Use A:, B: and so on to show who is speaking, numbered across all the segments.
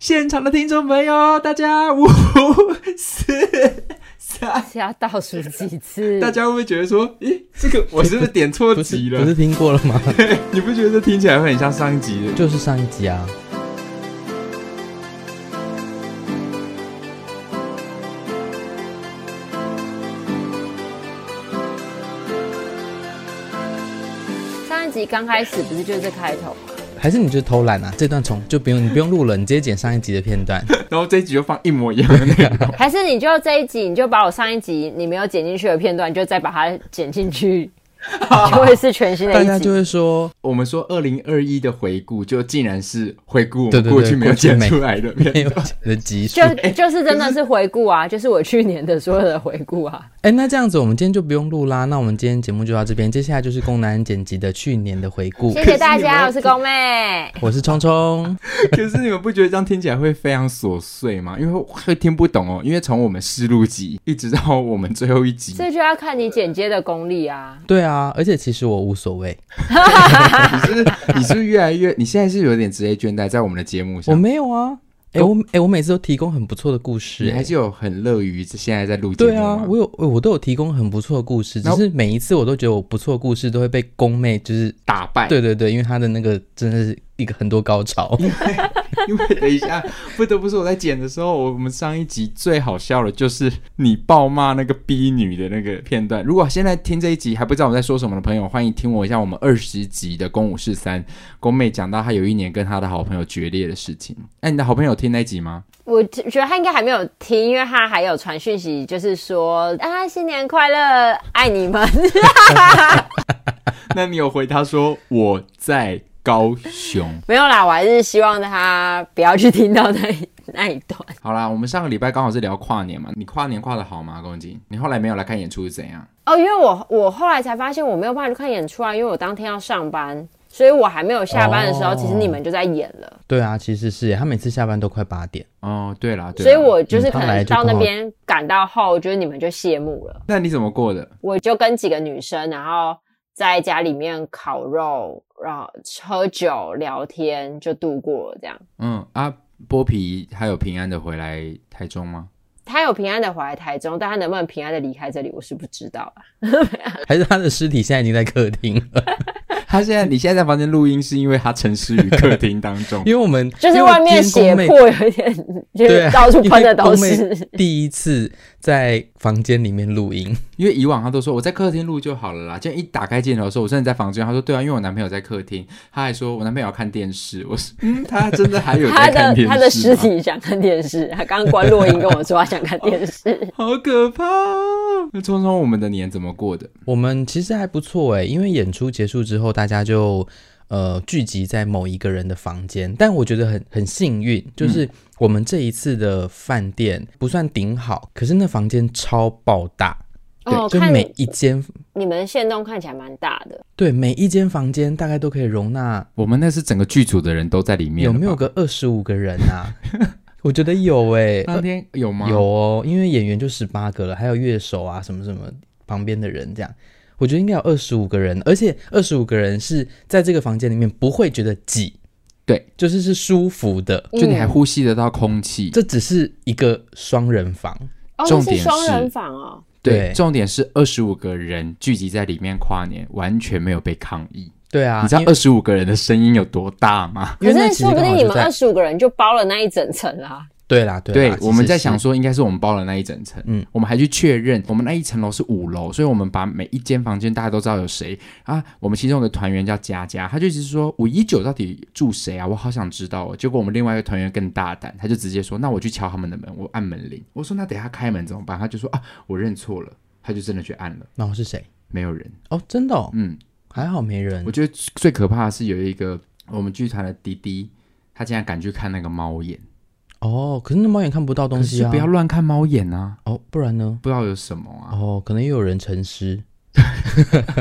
A: 现场的听众朋友，大家五四三，
B: 要倒数几 次？
C: 嗯
A: 大家会不会觉得说，咦，这个我是不是点错
C: 不是
A: 集了？
C: 不是听过了吗？
A: 你不觉得这听起来会很像上一集的？
C: 就是上一集啊。
B: 上一集刚开始不是就是这开头吗？
C: 还是你就偷懒啊？这段重就不用你不用录了，你直接剪上一集的片段。
A: 然后这一集就放一模一样的内容，
B: 还是你就这一集，你就把我上一集你没有剪进去的片段，你就再把它剪进去，就会是全新的
C: 大家
B: 一
C: 就
B: 集。
C: 会说，
A: 我们说二零二一的回顾，就竟然是回顾我
C: 对
A: 们
C: 对对
A: 过去没有
C: 过去
A: 剪
C: 没
A: 出来的
C: 没
A: 片
C: 有
A: 段。
C: 的集数。
B: 就就是真的是回顾啊，就是我去年的所有的回顾啊。
C: 哎、那这样子我们今天就不用录啦。那我们今天节目就到这边，接下来就是宫南剪辑的去年的回顾
B: 谢。谢大家，我是宫妹。
C: 我是聪聪，
A: 可是你们不觉得这样听起来会非常琐碎吗？因为会听不懂哦。因为从我们试录集一直到我们最后一集，
C: 啊
B: 这就要看你剪接的功力啊！
C: 对啊，而且其实我无所谓，
A: 你是你是不是越来越，你现在是有点职业倦怠在我们的节目
C: 我
A: 上，
C: 没有啊。哎、我哎、我每次都提供很不错的故事、
A: 哦你
C: 哎
A: 还是欸有很乐于现在在录节目
C: 对啊，
A: 吗
C: 我有我我都有提供很不错的故事，只
A: 然后
C: 是每一次我都觉得我不错的故事都会被宫妹就是
A: 打败，
C: 对对对，因为他的那个真的是一个很多 高潮，
A: 因为等一下不得不说我在剪的时候，我们上一集最好笑的就是你暴骂那个逼女的那个片段。如果现在听这一集还不知道我们在说什么的朋友，欢迎听我一下我们二十集的《公五十三》，宫妹讲到她有一年跟她的好朋友决裂的事情。哎、你的好朋友有 听那一集吗？
B: 我觉得他应该还没有听，因为他还有传讯息，就是说啊，新年快乐，爱你们。
A: 那你有回答说我在高 雄。
B: 没有啦，我还是希望他不要去听到那一那一段。
A: 好啦，我们上个礼拜刚好是聊跨年嘛，你跨年跨的好吗，公瑾？你后来没有来看演出是怎样？
B: 哦，因为我我后来才发现我没有办法去看演出啊，因为我当天要上班，所以我还没有下班的时候，
C: 哦
B: 其实你们就在演了，
C: 对啊，其实是耶他每次下班都快八点，
A: 哦，对啦，对
B: 所
A: 啦
B: 以我就是
C: 嗯
B: 可
C: 他来
B: 能
C: 就
B: 到
C: 刚好
B: 那边赶到后，就是你们就谢幕了，
A: 那你怎么过的？
B: 我就跟几个女生，然后在家里面烤肉，然后喝酒聊天，就度过了这样。
A: 嗯啊，剥皮还有平安的回来台中吗？
B: 他有平安的回来台中，但他能不能平安的离开这里，我是不知道啊。
C: 还是他的尸体现在已经在客厅了，
A: 他现在你现在在房间录音，是因为他沉思于客厅当 中。
C: 因为我们
B: 就是外面血
C: 因为
B: 泊
C: 我听宫妹
B: 有一点，就
C: 对
B: 是
C: 啊，
B: 到处喷的都
C: 因为宫
B: 是
C: 妹。第一次在房间里面录音，
A: 因为以往他都说我在客厅录就好了啦，今天一打开镜头的时候，我真的在房间。他说对啊，因为我男朋友在客厅，他还说我男朋友要看电视。我说嗯，他真的还有
B: 他
A: 在看
B: 的
A: 电视
B: 他的尸
A: 吗
B: 体想看电视，他刚刚关录音跟我说他想看电 视。
A: 好可怕、哦。那聪聪，我们的年怎么过的？
C: 我们其实还不错哎，因为演出结束之后，大家就呃聚集在某一个人的房间，但我觉得很很幸运，
B: 嗯
C: 就是我们这一次的饭店不算顶好，可是那房间超爆大，
B: 哦，
C: 就
B: 看
C: 每一间
B: 你们线动看起来蛮大的，
C: 对每一间房间大概都可以容纳
A: 我们那是整个剧组的人都在里面
C: 有
A: 了吧，
C: 没有个二十五个人啊？ 我觉得有哎、
A: 当天呃有吗？
C: 有哦，因为演员就十八个了，还有乐手啊什么什么旁边的人这样，我觉得应该有二十五个人，而且二十五个人是在这个房间里面不会觉得挤，
A: 对，嗯
C: 就是是舒服的。
A: 就你还呼吸得到空气。
C: 这只是一个双人房，
B: 哦，
A: 重
B: 是
A: 点是
B: 双人房哦。
A: 对，
C: 对
A: 重点是二十五个人聚集在里面跨年，完全没有被抗议。
C: 对啊，
A: 你知道
C: 因为
A: 二十五个人的声音有多大吗？
C: 因
B: 可
C: 为那
B: 是
C: 其实
B: 说不
C: 刚
B: 定
C: 好
B: 你
C: 就
B: 们二
C: 在
B: 十五个人就包了那一整层 啦。
C: 对啦对
A: 对
C: 啦，，
A: 我们在
C: 其实
A: 想
C: 是
A: 说，应该是我们包了那一整层。嗯
C: 嗯，
A: 我们还去确认，我们那一层楼是五楼，所以我们把每一间房间大家都知道有谁啊。我们其中有个团员叫佳佳，他就一直说五一九到底住谁啊？我好想知道哦。结果我们另外一个团员更大胆，他就直接说：“那我去敲他们的门，我按门铃。”我说：“那等一下开门怎么办？”他就说：“啊，我认错了。”他就真的去按了，
C: 然后是谁？
A: 没有人。
C: 哦，真的、哦，
A: 嗯，
C: 还好没人
A: 我。觉得最可怕的是有一个我们剧团的迪迪，他竟然敢去看那个猫眼，
C: 哦，可是那猫眼看不到东西
A: 可
C: 啊。
A: 是不要乱看猫眼啊，
C: 哦，不然呢？
A: 不知道有什么啊。
C: 哦，可能又有人 沉尸。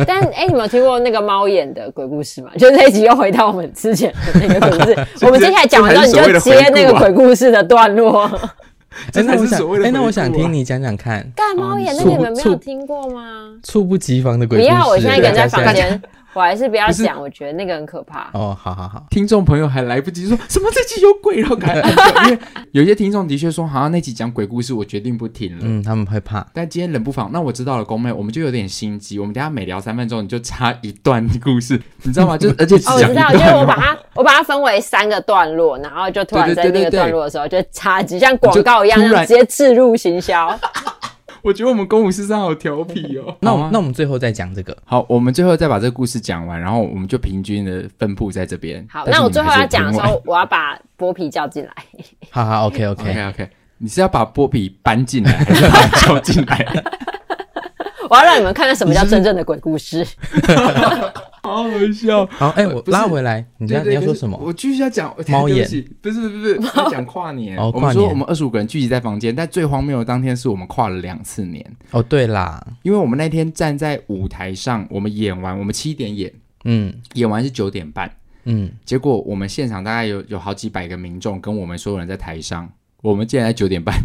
B: 但哎、你们有听过那个猫眼的鬼故事吗？就是这一集又回到我们之前的那个鬼故 事。我们接下来讲完之后，你
A: 这才是
B: 就
A: 所谓的
B: 接
A: 回
B: 那
A: 顾
B: 个
A: 啊
B: 鬼故事的段 落。
C: 哎、
A: 这才
C: 那我
A: 是
C: 想
A: 所谓，的
C: 哎、那我
A: 回顾啊
C: 想听你讲讲看，
B: 干猫眼那个你们没有听过吗？
C: 猝不及防的
B: 不
C: 鬼故事。
B: 要，我现在一个人在
C: 大家
B: 房
C: 现在
B: 间，我还是不要
A: 不是
B: 讲，我觉得那个很可怕。
C: 哦，好好好，
A: 听众朋友还来不及说什么这集有鬼，然后赶快按掉，因为有些听众的确说，好像那集讲鬼故事，我决定不听了。
C: 嗯，他们会怕。
A: 但今天冷不防，那我知道了，宫妹，我们就有点心机，我们等一下每聊三分钟，你就插一段故事，你知道吗？ 就是而且只
B: 哦，我
A: 讲一
B: 知道，
A: 段、
B: 就是我把它，我把它分为三个段落，然后就突然
A: 对对
B: 在
A: 对
B: 那
A: 对
B: 个
A: 对
B: 段落的时候就插几，像广告一样，
A: 就突
B: 这样
A: 然
B: 直接置入 行销。
A: 我觉得我们公五四三好调皮哦。
C: 那
A: 那
C: 我
A: 我
C: 们
A: 们
C: 那我们最后再讲这个，
A: 好，我们最后再把这个故事讲完，然后我们就平均的分布在这边。
B: 好，
A: 但是
B: 那我
A: 你
B: 最后
A: 还是
B: 要讲的时
A: 听完
B: 候，我要把剥皮叫进来。哎
C: 好好 ，OK OK，
A: ，OK OK，你是要把波比搬进来，还是把他叫进来？
B: 我要让你们看看什么叫真正的鬼 故事。
A: 好好笑。
C: 好，哎，我
A: 不是
C: 拉回来，你要你
A: 对对
C: 要说
A: 可是
C: 什么？
A: 我继续要讲
C: 猫
A: 对
C: 眼，
A: 不起不是不是不是，要讲跨年。
C: 哦
A: 我
C: 跨
A: 们说
C: 年
A: 我们二十五个人聚集在房间，但最荒谬的当天是我们跨了两次年，
C: 哦，对啦，
A: 因为我们那天站在舞台上，我们演完，我们七点演，
C: 嗯
A: 演完是九点半，
C: 嗯，
A: 结果我们现场大概有有好几百个民众跟我们所有人在台上，我们竟然在九点半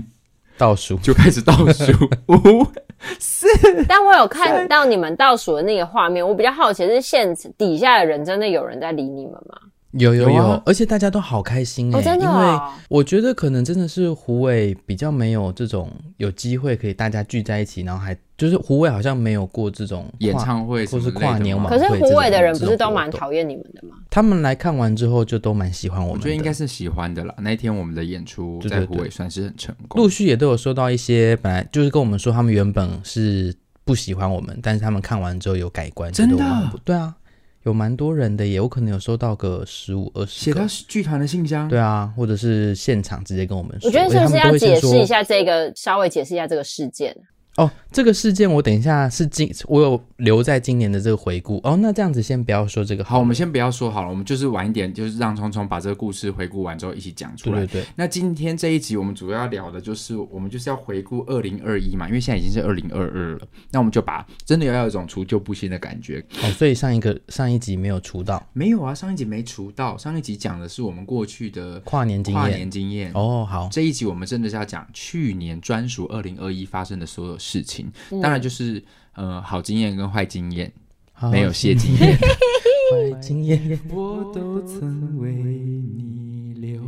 C: 倒数，
A: 就开始倒 数五。
B: 但我有看到你们倒数的那个画面，我比较好奇是现底下的人真的有人在理你们吗？
C: 有有
A: 有啊
C: 有，而且大家都好开心
B: 哦，
C: 哎，
B: 真的
C: 因为
B: 哦，
C: 我觉得可能真的是胡伟比较没有这种有机会可以大家聚在一起，然后还就是胡伟好像没有过这种跨
A: 演，唱会
C: 或是
A: 什么类的
C: 跨年
A: 嘛
C: 晚
B: 可
C: 会
B: 是
C: 这
B: 胡
C: 种
B: 伟的人不是都蛮
C: 这种活动
B: 讨厌你们的吗？
C: 他们来看完之后就都蛮喜欢我
A: 我
C: 们
A: 觉得应
C: 的。
A: 该是喜欢的啦。那一天我们的演出
C: 对对
A: 在湖
C: 对
A: 尾算是很成功。
C: 陆续也都有收到一些，本来就是跟我们说他们原本是不喜欢我们，但是他们看完之后有改观，
A: 真的
C: 觉得我们不对啊，有蛮多人的耶，我可能有收到个十五二十
A: 写到
C: 个，
A: 剧团的信箱，
C: 对啊，或者是现场直接跟我们说，哎
B: 我觉得是不是
C: 而且他们都
B: 要
C: 会
B: 解
C: 先
B: 释一
C: 说
B: 下这个，稍微解释一下这个事件？
C: 哦，这个事件我等一下是今我有留在今年的这个回顾哦。那这样子先不要说这个
A: 好，
C: 好，
A: 我们先不要说好了，我们就是晚一点，就是让聪聪把这个故事回顾完之后一起讲出
C: 对
A: 来。
C: 对对，
A: 那今天这一集我们主要要聊的就是，我们就是要回顾二零二一嘛，因为现在已经是二零二二了，那我们就把真的要有一种除旧布新的感觉。
C: 哦，所以上一个上一集没有出到
A: 没有啊，上一集没除到，上一集讲的是我们过去的
C: 跨年经
A: 跨
C: 验
A: 年经验。
C: 哦，好，
A: 这一集我们真的是要讲去年专属二零二一发生的所有事情，
C: 嗯
A: 当然就是呃好经验跟坏经验，
C: 好
A: 没有谢经 验。
C: 坏经验，
A: 我都曾为你留。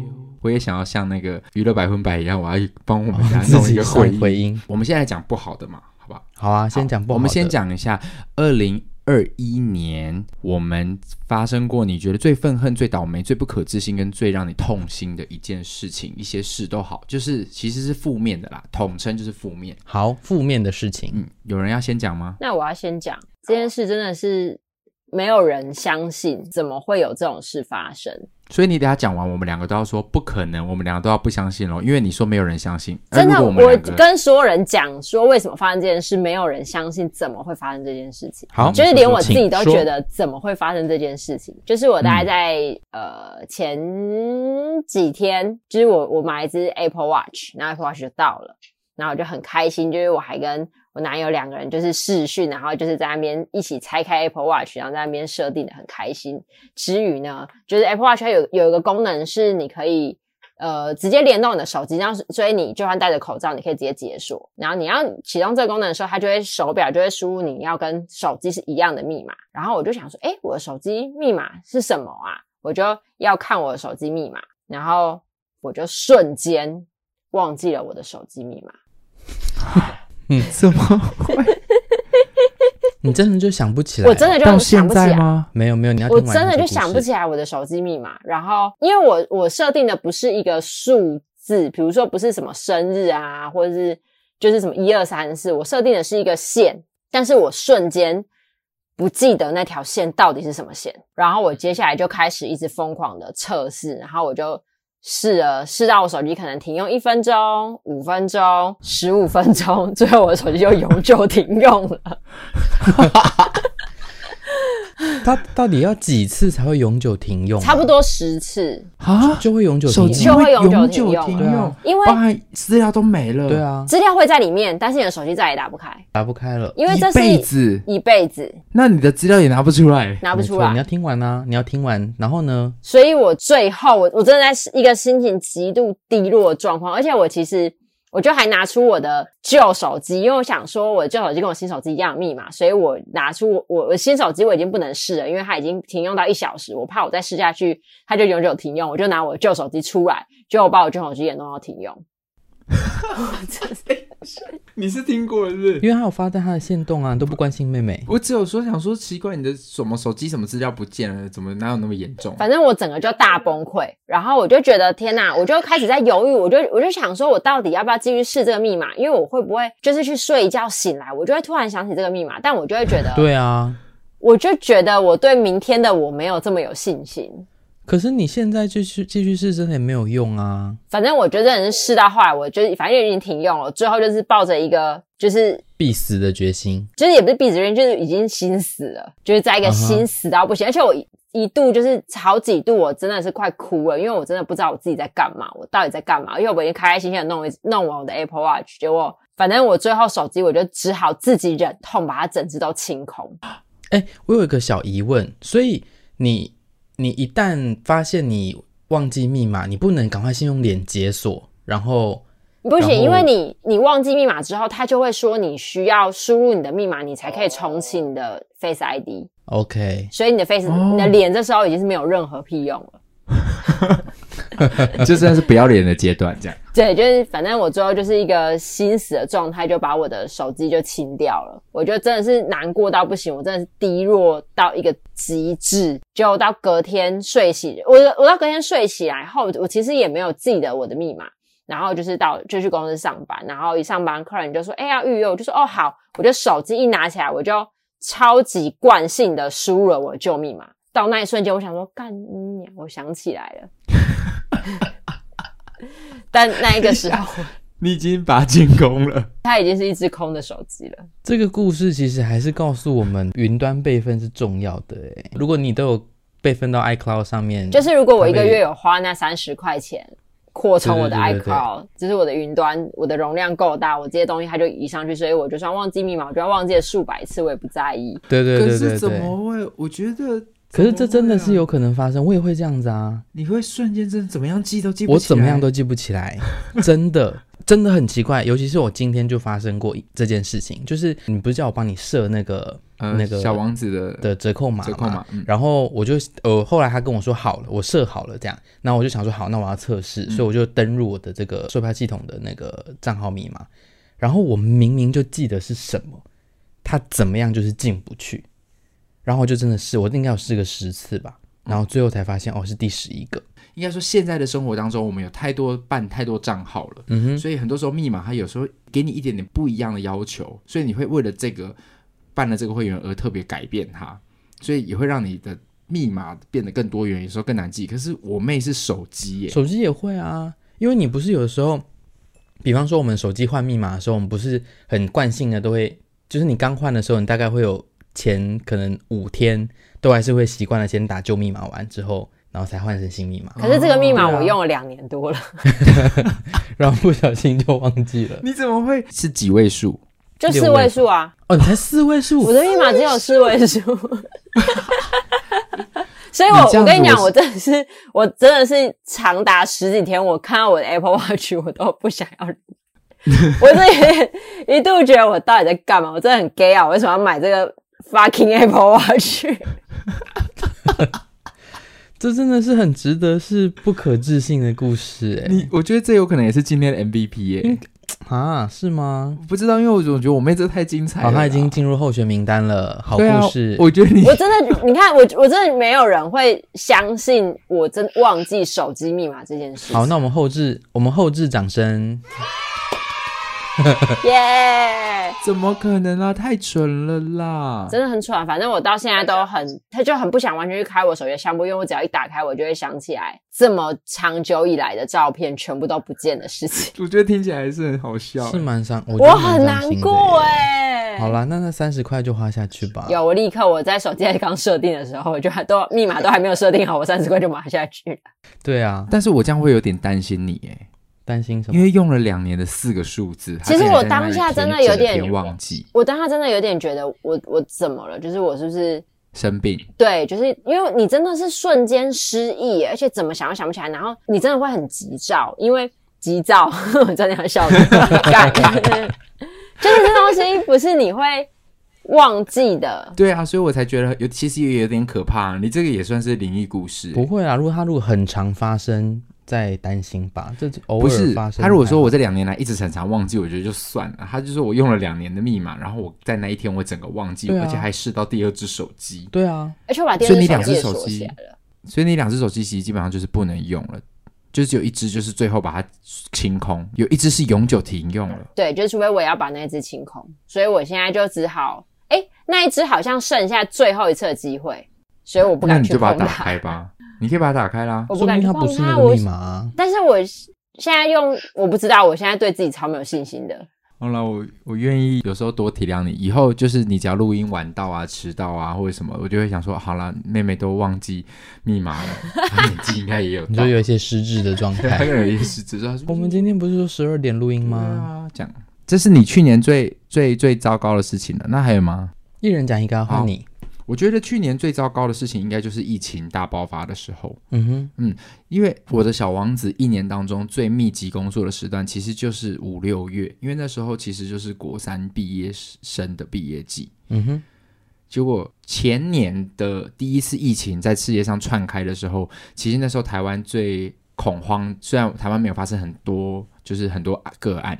A: 我也想要像那个娱乐百分百一样，我要帮我们家弄
C: 哦自
A: 一
C: 己
A: 个回
C: 上
A: 应。
C: 回音，
A: 我们现在讲不好的嘛，好不好？
C: 好啊，先讲不好的，
A: 我们先讲一下二零二一年我们发生过你觉得最愤恨、最倒霉、最不可置信跟最让你痛心的一件事情、一些事都好，就是其实是负面的啦，统称就是负面。
C: 好负面的事情，
A: 嗯，有人要先讲吗？
B: 那我要先讲这件事，真的是没有人相信，怎么会有这种事发生？
A: 所以你等一下讲完，我们两个都要说不可能，我们两个都要不相信咯，因为你说没有人相信。那
B: 真的，
A: 如果
B: 我
A: 我们两个
B: 跟所有人讲说为什么发生这件事，没有人相信怎么会发生这件事情。
C: 好，
B: 就是连我自己
C: 请
B: 都
C: 说
B: 觉得怎么会发生这件事情。就是我大概在、
A: 嗯
B: 呃前几天，就是我我买了一只 Apple Watch，然后 Apple Watch 就到了，然后我就很开心，就是我还跟我男友两个人就是视讯，然后就是在那边一起拆开 Apple Watch，然后在那边设定的很开心。之余呢，就是 Apple Watch 它有有一个功能是你可以。呃，直接联动你的手机，这样所以你就算戴着口罩，你可以直接解锁。然后你要启动这个功能的时候，它就会手表就会输入你要跟手机是一样的密码。然后我就想说，诶，我的手机密码是什么啊？我就要看我的手机密码，然后我就瞬间忘记了我的手机密码。
A: 怎么
C: 你真的就想不起来，
B: 我真的就
A: 到
B: 想
A: 现
B: 不起
A: 在
B: 来，
A: 吗？
C: 没有没有，你要
B: 我
C: 听完
B: 真的
C: 这
B: 就
C: 个故
B: 想
C: 事
B: 不起来我的手机密码。然后，因为我我设定的不是一个数字，比如说不是什么生日啊，或者是就是什么一二三四，我设定的是一个线，但是我瞬间不记得那条线到底是什么线。然后我接下来就开始一直疯狂的测试，然后我就。试了，试到我手机可能停用一分钟、五分钟、十五分钟， 最后我的手机就永久停用了。
C: 他到底要几次才会永久停用啊？
B: 差不多十次，
A: 啊，
C: 就会永久
A: 手
C: 停
A: 机
C: 用
B: 就会
A: 会
B: 永久
A: 永久停
B: 停用
C: 对啊
A: 用，
B: 因为
A: 包含资料都没了。
C: 对，啊，
B: 资料会在里面，但是你的手机再也打不开，
C: 打不开了。
B: 因为这
A: 一
B: 是
A: 辈子，
B: 一辈子
A: 那你的资料也拿不出来。
B: 拿不
C: 没
B: 出
C: 错你要
B: 来。
C: 听完啊，你要听完，然后呢？
B: 所以我最后我我真的在一个心情极度低落的状况，而且我其实我就还拿出我的旧手机，因为我想说我的旧手机跟我新手机一样的密码，所以我拿出我我我新手机我已经不能试了，因为它已经停用到一小时，我怕我再试下去它就永久停用，我就拿我的旧手机出来，结果我把我旧手机也弄到停用。
A: 你是听过是不是？
C: 因为他有发在他的线动啊，你都不关心妹妹。
A: 我只有说想说奇怪，你的什么手机什么资料不见了？怎么哪有那么严重？啊
B: 反正我整个就大崩溃，然后我就觉得天哪，我就开始在犹豫，我就我就想说，我到底要不要继续试这个密码？因为我会不会就是去睡一觉醒来，我就会突然想起这个密码，但我就会觉得，
C: 对啊，
B: 我就觉得我对明天的我没有这么有信心。
C: 可是你现在继续继续试，真的也没有用啊，
B: 反正我觉得人试到后来，我就反正已经停用了，最后就是抱着一个就是
C: 必死的决心。
B: 就是也不是闭着眼，就是已经心死了，就是在一
C: 嗯
B: 个心死到不行。而且我一一度就是好几度，我真的是快哭了，因为我真的不知道我自己在干嘛，我到底在干嘛？因为我已经开开心心的弄一弄完我的 Apple Watch，结果反正我最后手机我就只好自己忍痛把它整只都清空。
C: 哎、我有一个小疑问，所以你你一旦发现你忘记密码，你不能赶快先用脸解锁，然后
B: 不行，
C: 然后
B: 因为你你忘记密码之后，它就会说你需要输入你的密码，你才可以重启你的 Face ID，
C: OK，
B: 所以你的 Face、
A: 哦
B: 你的脸这时候已经是没有任何屁用了。
A: 就算是不要脸的阶段， 这样。
B: 对，就是反正我最后就是一个心死的状态，就把我的手机就清掉了。我觉得真的是难过到不行，我真的是低落到一个极致。就到隔天睡醒，我我到隔天睡起来后，我其实也没有记得我的密码。然后就是到就去公司上班，然后一上班客人就说：“哎、要预约。”我就说：“哦，好。”我就手机一拿起来，我就超级惯性的输入了我的旧密码。到那一瞬间，我想说：“干你娘！”我想起来了。但那一个时候，
A: 你已经把它进攻了，
B: 它已经是一只空的手机了。
C: 这个故事其实还是告诉我们，云端备份是重要的。哎，如果你都有备份到 iCloud 上面，
B: 就是如果我一个
C: 它
B: 月
C: 被
B: 有花那三十块钱扩充我的
C: 对对对对
B: iCloud，就是我的云端，我的容量够大，我这些东西它就移上去，所以我就算忘记密码，我就算忘记了数百次，我也不在意。
C: 对对
A: 可
C: 对
A: 是
C: 对
A: 怎
C: 对。
A: 么会？啊我觉得，
C: 可是这真的是
A: 有。
C: 有可能发生，我也会这样子啊，
A: 你会瞬间真的怎么样记都记不
C: 我
A: 起来
C: 怎么样都记不起来， 真的真的很奇怪。尤其是我今天就发生过这件事情，就是你不是叫我帮你设那个
A: 呃
C: 那个
A: 小王子的
C: 的折扣码
A: 折扣
C: 嘛
A: 码，嗯
C: 然后我就呃，后来他跟我说好了，我设好了这样，那我就想说好，那我要测试，所以我就登入我的这个售票系统的那个账号密码，然后我明明就记得是什么，他怎么样就是进不去，然后我就真的是我应该有试个十次吧，然后最后才发现哦是第十一个，
A: 应该说现在的生活当中，我们有太多办太多账号了，
C: 嗯哼，
A: 所以很多时候密码它有时候给你一点点不一样的要求，所以你会为了这个办了这个会员而特别改变它，所以也会让你的密码变得更多元，有时候更难记。可是我妹是手机耶，
C: 手机也会啊，因为你不是有的时候，比方说我们手机换密码的时候，我们不是很惯性的都会，就是你刚换的时候，你大概会有前可能五天都还是会习惯了先打旧密码完之后，然后才换成新密码，
B: 可是这个密码
A: 哦对啊
B: 我用了两年多了，
C: 然后不小心就忘记了。
A: 你怎么会是几位数？
B: 就四位数啊，
C: 哦，你才四 位
B: 我
C: 数，
B: 的密码只有四位数。 所以我，
A: 你这样子
B: 我跟你讲，
A: 我是
B: 我真的是，我真的是长达十几天，我看到我的 Apple Watch，我 都不想要。我这一度觉得我到底在干嘛？我真的很 gay 啊！我为什么要买这个 fucking Apple Watch？
C: 这真的是很值得是不可置信的故事哎、
A: 你我觉得这有可能也是今天的 MVP 耶，
C: 啊，是吗？
A: 我不知道，因为我总觉得我妹这太精彩了
C: 好，
A: 啦。
C: 他已经进入候选名单了，好故
A: 对啊
C: 事。
A: 我觉得你
B: 我真的，你看，我我真的没有人会相信我真忘记手机密码这件事情。
C: 好，那我们后置，我们后置掌声。
B: 耶
A: 怎么可能啦、太蠢了啦！
B: 真的很蠢啊。反正我到现在都很，他就很不想完全去开我手机的相簿，因为我只要一打开，我就会想起来这么长久以来的照片全部都不见的事情，
A: 我觉得听起来还是很好笑
C: 是蛮伤，我
B: 我
C: 觉得
B: 很
C: 蛮伤
B: 难
C: 心的
B: 过
C: 耶
B: 哎、
C: 好。啦，那那三十块就花下去吧。
A: 啊
B: 有，我立刻我在手机还刚设定的时候，我就还都密码都还没有设定好，我三十块就买下去了。
C: 对啊，
A: 但是我这样会有点担心你哎，
C: 担心什
A: 因
C: 么？
A: 为用了两年的四个数字，
B: 其实我当下真的
A: 它竟然在那
B: 有点
A: 里整天忘记
B: 我当时真的有点觉得我我怎么了？就是我是不是
A: 生病，
B: 对，就是因为你真的是瞬间失忆，而且怎么想都想不起来，然后你真的会很急躁，因为急躁， 我真的要 笑死，干 就是这东西不是你会忘记的，
A: 对啊，所以我才觉得有，其实也有点可怕。啊你这个也算是灵异故事、欸
C: 不会啊，如果它如果很常发生，再担心吧。这就偶
A: 不
C: 尔
A: 是
C: 发生。
A: 他如果说我这两年来一直常常忘记，我觉得就算了。他就说我用了两年的密码，然后我在那一天我整个忘记，
C: 对啊
A: 而且还试到第二只手机，
C: 对啊，
B: 而且我把电
A: 所以
B: 视
A: 你
B: 手
A: 两
B: 机
A: 只
B: 也
A: 手
B: 锁起
A: 机
B: 来了。
A: 所以你两只手机其实基本上就是不能用了，就只有一只就是最后把它清空，有一只是永久停用了。
B: 对，就是除非我也要把那一只清空，所以我现在就只好，哎、那一只好像剩下最后一次的机会，所以我不
A: 那
B: 敢
A: 你
B: 去
A: 就把
B: 碰
A: 它打开吧，你可以把它打开啦。
B: 我
C: 说
B: 不
C: 不
B: 敢
C: 定
B: 去
C: 它
B: 碰
C: 不是你
B: 它。
C: 的
B: 我
C: 密码啊。
B: 但是我现在用，我不知道，我现在对自己超没有信心的。
A: 好了，我我愿意有时候多体谅你。以后就是你只要录音晚到啊、迟到啊或者什么，我就会想说，好了，妹妹都忘记密码 了，啊她年纪应该也有到。
C: 你就有一些失智的 状
A: 对，啊还
C: 态。
A: 有一是只知道
C: 我们今天不是说十二点录音吗？
A: 啊，讲这是你去年最最最糟糕的事情了。那还有吗？
C: 一人讲一个啊，换你。
A: 我觉得去年最糟糕的事情应该就是疫情大爆发的时候，
C: 嗯哼，
A: 因为我的小王子一年当中最密集工作的时段其实就是五六月，因为那时候其实就是国三毕业生的毕业季。
C: 嗯哼，
A: 结果前年的第一次疫情在世界上窜开的时候，其实那时候台湾最恐慌，虽然台湾没有发生很多，就是很多个案，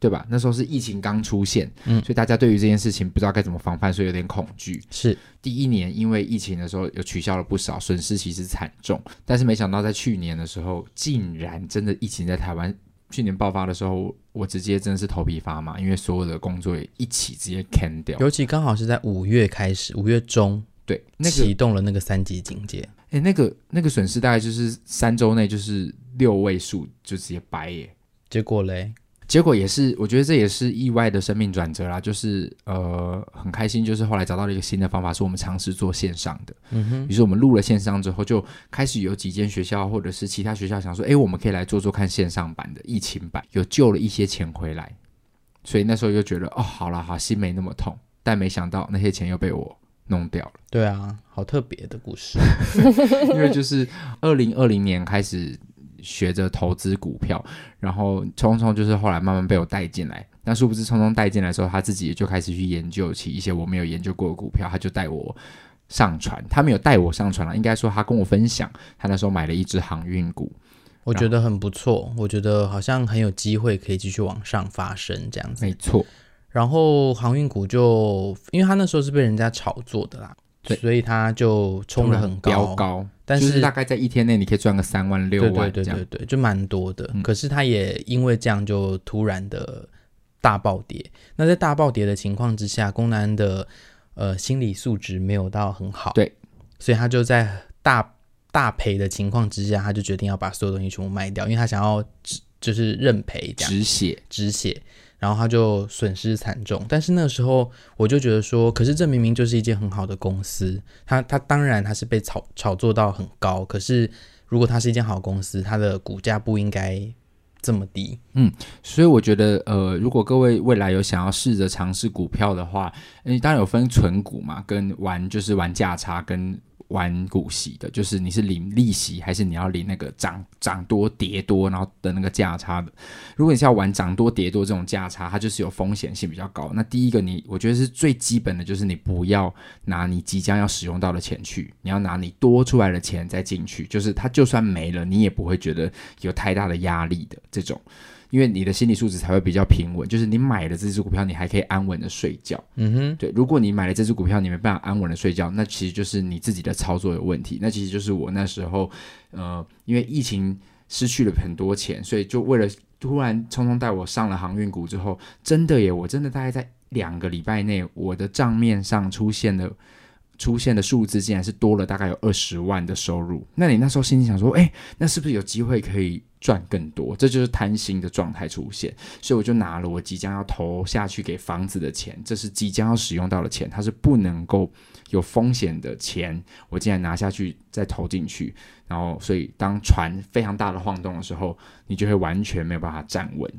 A: 对吧？那时候是疫情刚出现，
C: 嗯
A: 所以大家对于这件事情不知道该怎么防范，所以有点恐惧。
C: 是
A: 第一年因为疫情的时候，有取消了不少，损失其实惨重。但是没想到在去年的时候，竟然真的疫情在台湾去年爆发的时候，我直接真的是头皮发麻，因为所有的工作也一起直接 can 掉。
C: 尤其刚好是在五月开始，五月中
A: 对，那 个
C: 启动了那个三级警戒。
A: 哎、那个那个损失大概就是三周内就是六位数，就直接掰耶。
C: 结果嘞，
A: 结果也是，我觉得这也是意外的生命转折啦。就是呃，很开心，就是后来找到了一个新的方法，是我们尝试做线上的。
C: 嗯哼，
A: 于是我们录了线上之后，就开始有几间学校或者是其他学校想说，哎，我们可以来做做看线上版的疫情版，有救了一些钱回来。所以那时候就觉得，哦，好啦，好，心没那么痛。但没想到那些钱又被我弄掉了。
C: 对啊，好特别的故事。
A: 因 为就是二零二零年开始学着投资股票，然后聪聪就是后来慢慢被我带进来。但殊不知，聪聪带进来之后，他自己也就开始去研究起一些我没有研究过的股票，他就带我上船。他没有带我上船了，应该说他跟我分享，他那时候买了一只航运股。
C: 我觉得很不错，我觉得好像很有机会可以继续往上发生这样子。
A: 没错，
C: 然后航运股就，因为他那时候是被人家炒作的啦，
A: 对
C: 所以他就冲得很
A: 飙
C: 高，
A: 高，
C: 但
A: 就是大概在一天内你可以赚个三万六
C: 对对
A: 万这
C: 对
A: 样。嗯
C: 对对，就蛮多的。可是他也因为这样就突然的大暴跌。那在大暴跌的情况之下，宫南的呃心理素质没有到很好，
A: 对，
C: 所以他就在大大赔的情况之下，他就决定要把所有东西全部卖掉，因为他想要只就是认赔这样。
A: 止血，
C: 止血，然后他就损失惨重。但是那个时候我就觉得说，可是这明明就是一间很好的公司，它它当然它是被炒炒作到很高，可是如果它是一间好公司，它的股价不应该这么低。
A: 所以我觉得，呃，如果各位未来有想要试着尝试股票的话，你当然有分纯股嘛，跟玩就是玩价差跟玩股息的，就是你是领利息还是你要领那个涨涨多跌多，然后的那个价差的。如果你是要玩涨多跌多这种价差，它就是有风险性比较高。那第一个你，我觉得是最基本的，就是你不要拿你即将要使用到的钱去，你要拿你多出来的钱再进去，就是它就算没了，你也不会觉得有太大的压力的这种。因为你的心理素质才会比较平稳，就是你买了这只股票，你还可以安稳的睡觉。
C: 嗯哼，
A: 对，如果你买了这只股票，你没办法安稳的睡觉，那其实就是你自己的操作有问题。那其实就是我那时候，呃，因为疫情失去了很多钱，所以就为了突然匆匆带我上了航运股之后，真的耶，我真的大概在两个礼拜内，我的账面上出现的出现的数字竟然是多了大概有二十万的收入。那你那时候心里想说，哎、那是不是有机会可以赚更多？这就是贪心的状态出现。所以我就拿了我即将要投下去给房子的钱，这是即将要使用到的钱，它是不能够有风险的钱，我竟然拿下去再投进去，然后所以当船非常大的晃动的时候，你就会完全没有办法站稳，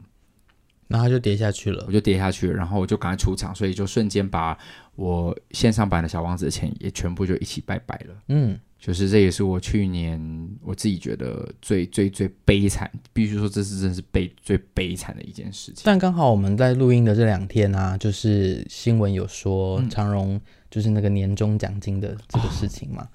C: 然后它就跌下去了
A: 我。就跌下去了，然后我就赶快出场，所以就瞬间把我线上版的小王子的钱也全部就一起拜拜了。
C: 嗯，
A: 就是这也是我去年我自己觉得最最最悲惨，必须说这是真是悲最悲惨的一件事情。
C: 但刚好我们在录音的这两天啊，就是新闻有说长荣就是那个年终奖金的这个事情嘛，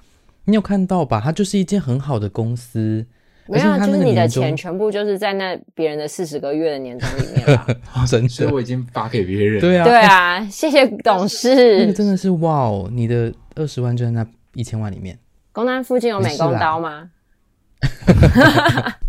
C: 你有看到吧？它就是一间很好的公司，
B: 没有
C: 而且
B: 啊，
C: 他
B: 就
C: 那
B: 是
C: 个
B: 你的
C: 年终
B: 钱全部就是在那别人的四十个月的年终里面 啦。
C: 真
A: 所以我已经发给别人，
C: 对啊，
B: 对啊，谢谢董
C: 那个
A: 嗯
B: 事。
C: 真的是哇哦，你的二十万就在那一千万里面，
B: 工单附近有美工刀吗？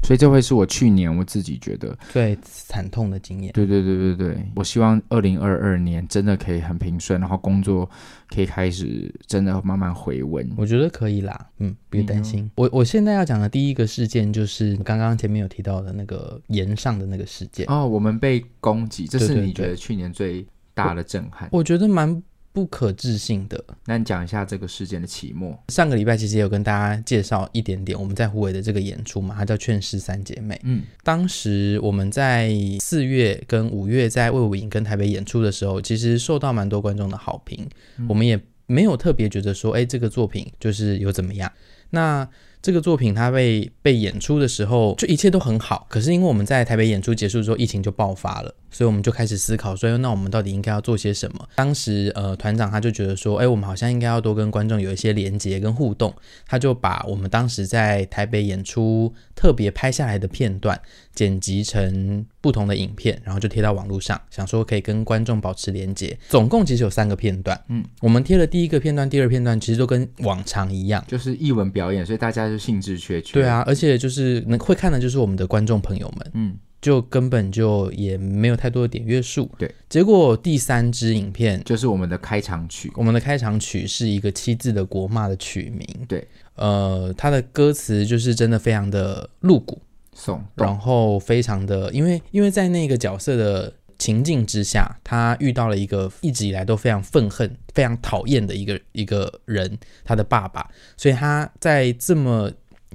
A: 所以这会是我去年我自己觉得
C: 最惨痛的经验。
A: 对对对对对，我希望二零二二年真的可以很平顺，然后工作可以开始真的慢慢回温。
C: 我觉得可以啦，嗯，别
A: 你呢
C: 担心。我我现在要讲的第一个事件就是刚刚前面有提到的那个岩上的那个事件，
A: 哦，我们被攻击，这是
C: 对对
A: 你觉得
C: 对
A: 去年最大的震撼。
C: 我觉得蛮不可置信的。
A: 那你讲一下这个事件的起末。
C: 上个礼拜其实也有跟大家介绍一点点我们在湖北的这个演出嘛，它叫《劝世三姐妹》。
A: 嗯，
C: 当时我们在四月跟五月在魏武营跟台北演出的时候，其实受到蛮多观众的好评，我们也没有特别觉得说，哎，这个作品就是有怎么样。那这个作品它被被演出的时候，就一切都很好。可是因为我们在台北演出结束之后，疫情就爆发了，所以我们就开始思考说，哎那我们到底应该要做些什么？当时呃，团长他就觉得说，哎，我们好像应该要多跟观众有一些连接跟互动。他就把我们当时在台北演出特别拍下来的片段剪辑成不同的影片，然后就贴到网络上，想说可以跟观众保持连接。总共其实有三个片段，嗯，我们贴了第一个片段、第二片段，其实都跟往常一样。
A: 就是艺文表演，所以大家就兴致缺缺。
C: 对，啊，而且就是能会看的就是我们的观众朋友们，
A: 嗯，
C: 就根本就也没有太多的点阅数。
A: 对，
C: 结果第三支影片
A: 就是我们的开场曲。
C: 我们的开场曲是一个七字的国骂的曲名，
A: 对，
C: 呃，它的歌词就是真的非常的露骨，
A: 送
C: 然
A: 动，
C: 后非常的，因为因为在那个角色的情境之下，他遇到了一个一直以来都非常愤恨、非常讨厌的一个一个人，他的爸爸，所以他在这么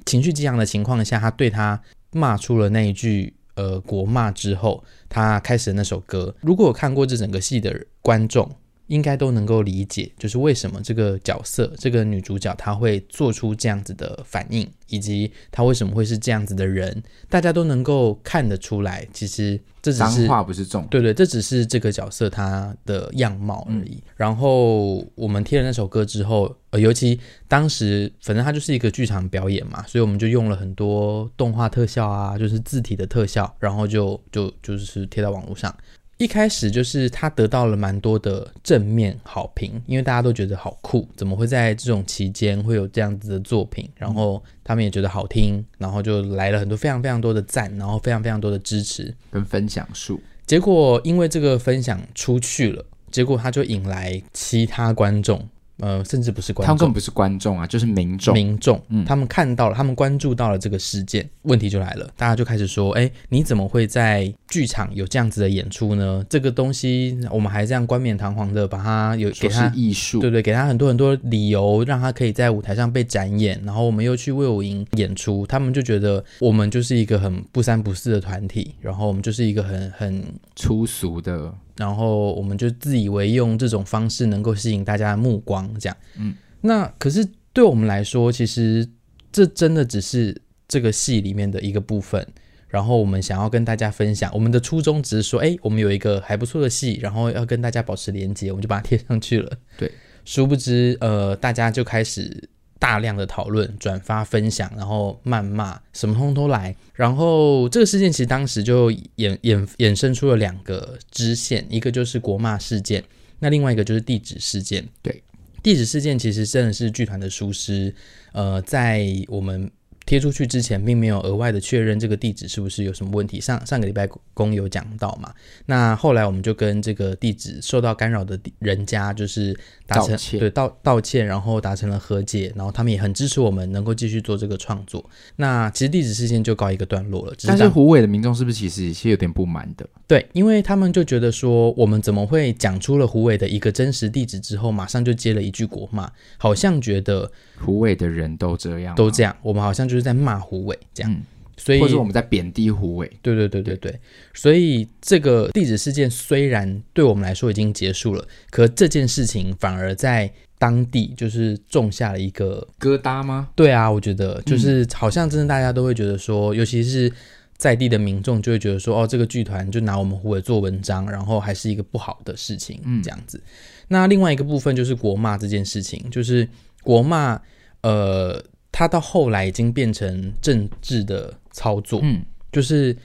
C: 情绪激昂的情况下，他对他骂出了那一句呃国骂之后，他开始的那首歌。如果有看过这整个戏的观众，应该都能够理解，就是为什么这个角色，这个女主角她会做出这样子的反应，以及她为什么会是这样子的人，大家都能够看得出来。其实这只
A: 脏
C: 是
A: 话不是重。
C: 对对，这只是这个角色他的样貌而已。然后我们贴了那首歌之后，呃，尤其当时反正它就是一个剧场表演嘛，所以我们就用了很多动画特效啊，就是字体的特效，然后就就就是贴到网络上。一开始就是他得到了蛮多的正面好评，因为大家都觉得好酷，怎么会在这种期间会有这样子的作品？然后他们也觉得好听，然后就来了很多非常非常多的赞，然后非常非常多的支持。
A: 跟分享数，
C: 结果因为这个分享出去了，结果他就引来其他观众，呃，甚至不是观
A: 他们根
C: 众
A: 本。不是观众啊，就是民众。
C: 民众，
A: 嗯
C: 他们看到了，他们关注到了这个事件，问题就来了，大家就开始说，哎，你怎么会在剧场有这样子的演出呢？这个东西我们还这样冠冕堂皇的把它有
A: 说
C: 给他
A: 是艺术，
C: 对对，给他很多很多理由，让他可以在舞台上被展演。然后我们又去魏武营演出，他们就觉得我们就是一个很不三不四的团体，然后我们就是一个很很
A: 粗俗的，
C: 然后我们就自以为用这种方式能够吸引大家的目光，这样。嗯，那可是对我们来说，其实这真的只是这个戏里面的一个部分。然后我们想要跟大家分享，我们的初衷只是说，哎，我们有一个还不错的戏，然后要跟大家保持连接，我们就把它贴上去了。
A: 对，
C: 殊不知，呃，大家就开始大量的讨论、转发、分享，然后谩骂，什么通通来。然后这个事件其实当时就衍衍衍生出了两个支线，一个就是国骂事件，那另外一个就是地址事件。
A: 对，
C: 地址事件其实真的是剧团的疏失，呃，在我们。贴出去之前，并没有额外的确认这个地址是不是有什么问题。上上个礼拜公有讲到嘛，那后来我们就跟这个地址受到干扰的地人家，就是达成
A: 道歉
C: 对道道歉，然后达成了和解，然后他们也很支持我们能够继续做这个创作。那其实地址事件就告一个段落了，只
A: 但
C: 是
A: 是
C: 当
A: 胡伟的民众是不是其实也是有点不满的？
C: 对，因为他们就觉得说，我们怎么会讲出了胡伟的一个真实地址之后，马上就接了一句国骂，好像觉得
A: 胡伟的人都这样，
C: 都这样，我们好像就是在骂胡伟这样。
A: 嗯
C: 所以
A: 或者我们在贬低胡伟，
C: 对对对对对，所以这个地址事件虽然对我们来说已经结束了，可这件事情反而在当地就是种下了一个，
A: 疙瘩吗？
C: 对啊，我觉得就是好像真的大家都会觉得说，尤其是在地的民众就会觉得说，哦，这个剧团就拿我们湖北做文章，然后还是一个不好的事情，这样子。那另外一个部分就是国骂这件事情，就是国骂，呃，它到后来已经变成政治的操作，
A: 嗯，
C: 就是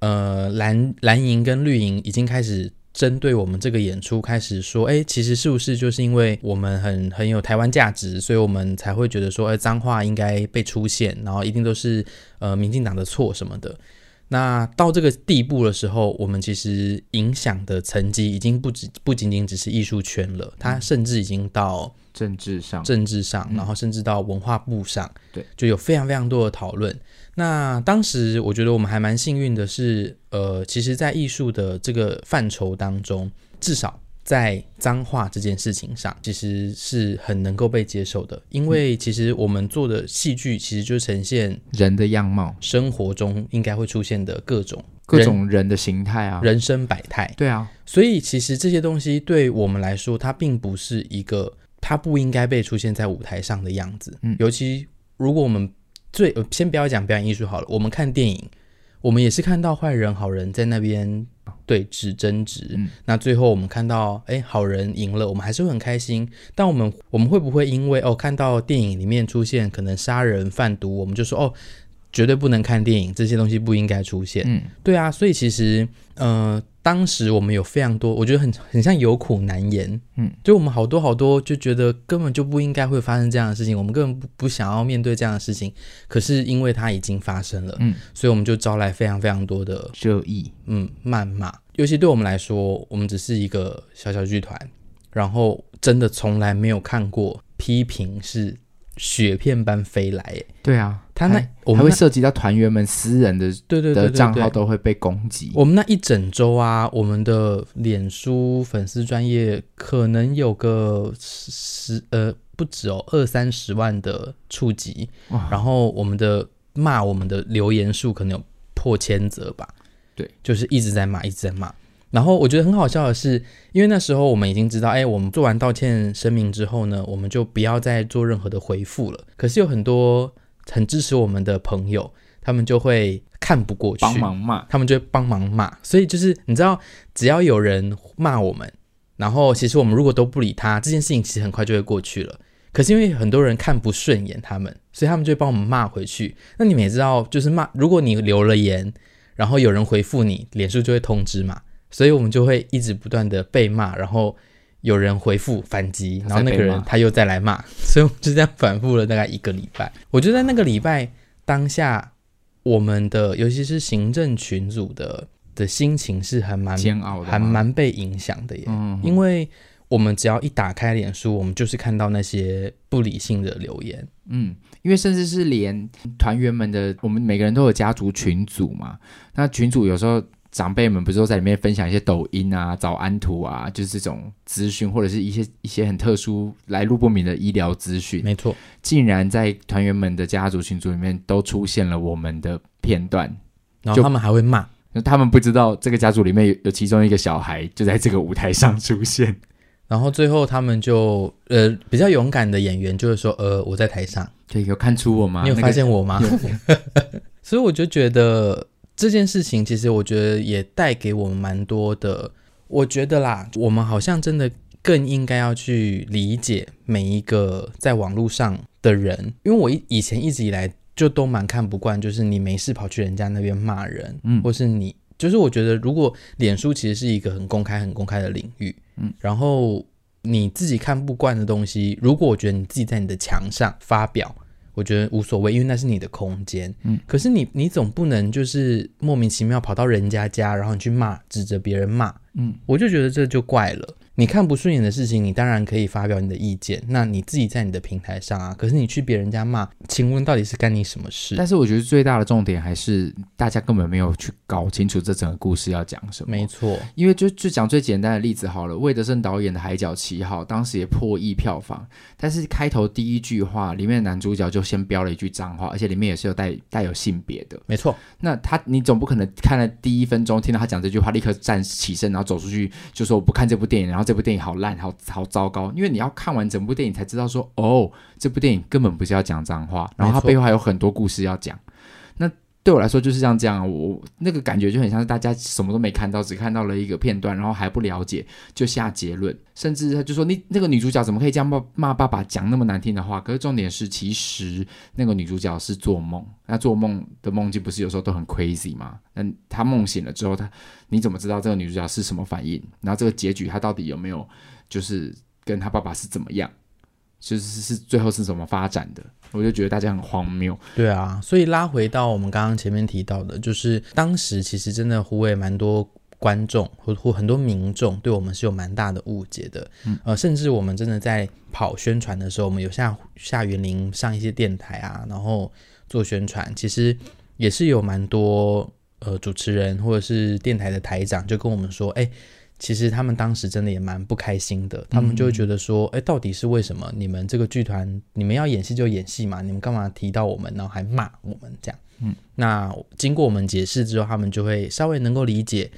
C: 呃蓝蓝营跟绿营已经开始针对我们这个演出开始说，哎，其实是不是就是因为我们很很有台湾价值，所以我们才会觉得说，哎，脏话应该被出现，然后一定都是呃民进党的错什么的。那到这个地步的时候，我们其实影响的层级已经不止不仅仅只是艺术圈了，它甚至已经到
A: 政治上，
C: 政治上，然后甚至到文化部上，
A: 对，
C: 就有非常非常多的讨论。那当时我觉得我们还蛮幸运的是，呃，其实，在艺术的这个范畴当中，至少在脏话这件事情上，其实是很能够被接受的，因为其实我们做的戏剧其实就呈现
A: 人的样貌，
C: 生活中应该会出现的各种
A: 各种人的形态啊，
C: 人生百态。
A: 对啊，
C: 所以其实这些东西对我们来说，它并不是一个它不应该被出现在舞台上的样子。
A: 嗯
C: 尤其如果我们最呃先不要讲表演艺术好了，我们看电影，我们也是看到坏人好人在那边对峙争执，
A: 嗯
C: 那最后我们看到哎好人赢了，我们还是会很开心。但我们我们会不会因为哦看到电影里面出现可能杀人贩毒，我们就说哦？绝对不能看电影，这些东西不应该出现。
A: 嗯，
C: 对啊，所以其实，呃，当时我们有非常多，我觉得很很像有苦难言，
A: 嗯，
C: 就我们好多好多就觉得根本就不应该会发生这样的事情，我们根本不不想要面对这样的事情，可是因为它已经发生了，
A: 嗯，
C: 所以我们就招来非常非常多的
A: 这意，
C: 嗯谩骂，尤其对我们来说，我们只是一个小小剧团，然后真的从来没有看过批评是雪片般飞来，哎
A: 对啊，
C: 他那
A: 还
C: 我
A: 还
C: 们
A: 会
C: 那
A: 涉及到团员们私人的
C: 对对对
A: 的
C: 对
A: 账
C: 对
A: 号都会被攻击，
C: 我们那一整周啊，我们的脸书粉丝专业可能有个十十呃不止哦，二三十万的触及
A: 哇，
C: 然后我们的骂我们的留言数可能有破千则吧。
A: 对，
C: 就是一直在骂，一直在骂。然后我觉得很好笑的是，因为那时候我们已经知道，哎，我们做完道歉声明之后呢，我们就不要再做任何的回复了。可是有很多很支持我们的朋友，他们就会看不过去，
A: 帮忙骂，
C: 他们就会帮忙骂。所以就是你知道，只要有人骂我们，然后其实我们如果都不理他，这件事情其实很快就会过去了。可是因为很多人看不顺眼他们，所以他们就会帮我们骂回去。那你们也知道，就是骂，如果你留了言，然后有人回复你，脸书就会通知嘛，所以我们就会一直不断的被骂，然后有人回复反击，然后那个
A: 再被
C: 人
A: 骂
C: 他又再来骂，所以我们就这样反复了大概一个礼拜。我觉得在那个礼拜当下，我们的尤其是行政群组的的心情是还蛮
A: 煎熬的吗
C: 还蛮被影响的耶，
A: 嗯
C: 因为我们只要一打开脸书，我们就是看到那些不理性的留言，
A: 嗯，因为甚至是连团员们的，我们每个人都有家族群组嘛，那群组有时候。长辈们不是都在里面分享一些抖音啊、早安图啊，就是这种资讯，或者是一些一些很特殊、来路不明的医疗资讯。
C: 没错，
A: 竟然在团员们的家族群组里面都出现了我们的片段，
C: 然后
A: 就
C: 他们还会骂，
A: 那他们不知道这个家族里面有有其中一个小孩就在这个舞台上出现，
C: 然后最后他们就呃比较勇敢的演员就会说，呃我在台上，
A: 对，有看出我吗？
C: 你有
A: 那
C: 发
A: 个
C: 现我吗？
A: 有
C: 所以我就觉得这件事情，其实我觉得也带给我们蛮多的。我觉得啦，我们好像真的更应该要去理解每一个在网络上的人，因为我以以前一直以来就都蛮看不惯，就是你没事跑去人家那边骂人，
A: 嗯
C: 或是你就是我觉得，如果脸书其实是一个很公开、很公开的领域，嗯，然后你自己看不惯的东西，如果我觉得你自己在你的墙上发表，我觉得无所谓，因为那是你的空间。嗯，可是你你总不能就是莫名其妙跑到人家家，然后你去骂，指着别人骂。
A: 嗯，
C: 我就觉得这就怪了。你看不顺眼的事情，你当然可以发表你的意见，那你自己在你的平台上啊，可是你去别人家骂，请问到底是干你什么事？
A: 但是我觉得最大的重点还是大家根本没有去搞清楚这整个故事要讲什么。
C: 没错，
A: 因为就就讲最简单的例子好了，魏德圣导演的《海角七号》当时也破亿票房，但是开头第一句话里面的男主角就先飙了一句脏话，而且里面也是有带带有性别的。
C: 没错，
A: 那他你总不可能看了第一分钟听到他讲这句话，立刻站起身，然后走出去就说我不看这部电影，然后这部电影好烂，好好糟糕。因为你要看完整部电影才知道说，哦，这部电影根本不是要讲脏话，然后它
C: 没错
A: 背后还有很多故事要讲。那对我来说就是像这样啊，我那个感觉就很像是大家什么都没看到，只看到了一个片段，然后还不了解就下结论，甚至他就说你那个女主角怎么可以这样骂骂爸爸，讲那么难听的话？可是重点是，其实那个女主角是做梦，那做梦的梦境不是有时候都很 crazy 吗？那她梦醒了之后，她你怎么知道这个女主角是什么反应？然后这个结局她到底有没有就是跟她爸爸是怎么样？就是是是最后是怎么发展的？我就觉得大家很荒谬，
C: 对啊，所以拉回到我们刚刚前面提到的，就是当时其实真的胡伟蛮多。观众或或很多民众对我们是有蛮大的误解的，呃，甚至我们真的在跑宣传的时候，我们有下下园林上一些电台啊，然后做宣传，其实也是有蛮多呃主持人或者是电台的台长就跟我们说，哎、其实他们当时真的也蛮不开心的，他们就会觉得说，哎、到底是为什么你们这个剧团，你们要演戏就演戏嘛，你们干嘛提到我们，然后还骂我们这样？嗯，那经过我们解释之后，他们就会稍微能够理解，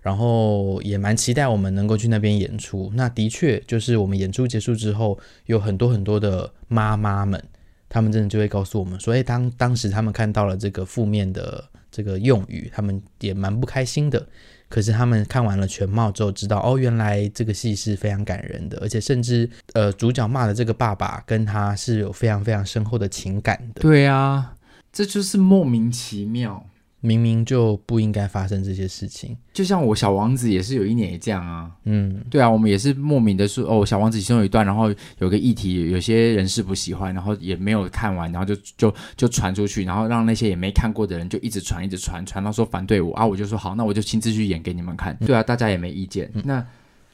C: 然后也蛮期待我们能够去那边演出。那的确，就是我们演出结束之后，有很多很多的妈妈们，他们真的就会告诉我们说，哎、当当时他们看到了这个负面的这个用语，他们也蛮不开心的。可是他们看完了全貌之后，知道哦，原来这个戏是非常感人的，而且甚至呃，主角骂的这个爸爸跟他是有非常非常深厚的情感的，
A: 对啊，这就是莫名其妙。
C: 明明就不应该发生这些事情。
A: 就像我小王子也是有一年也这样啊，
C: 嗯，
A: 对啊，我们也是莫名的说哦，小王子其中有一段，然后有个议题，有些人是不喜欢，然后也没有看完，然后就就就传出去，然后让那些也没看过的人就一直传，一直传，传到说反对我啊，我就说好，那我就亲自去演给你们看。
C: 嗯
A: 对啊，大家也没意见，那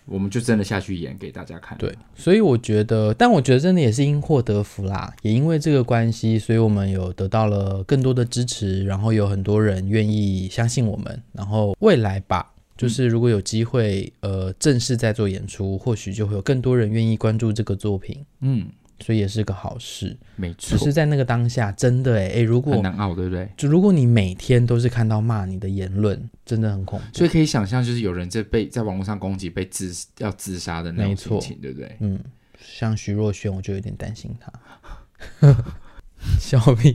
A: 我们就真的下去演给大家看。
C: 对，所以我觉得，但我觉得真的也是因祸得福啦，也因为这个关系，所以我们有得到了更多的支持，然后有很多人愿意相信我们，然后未来吧，就是如果有机会，呃，正式在做演出，或许就会有更多人愿意关注这个作品，
A: 嗯，
C: 所以也是个好事。
A: 没
C: 只
A: 错，
C: 是在那个当下，真的哎、诶如
A: 很
C: 果
A: 难熬，对不对？
C: 就如果你每天都是看到骂你的言论，真的很恐怖。
A: 所以可以想象，就是有人在被在网络上攻击、被自要自杀的那种
C: 没错
A: 心情，对不对？
C: 嗯，像徐若瑄，我就有点担心 她。小屁，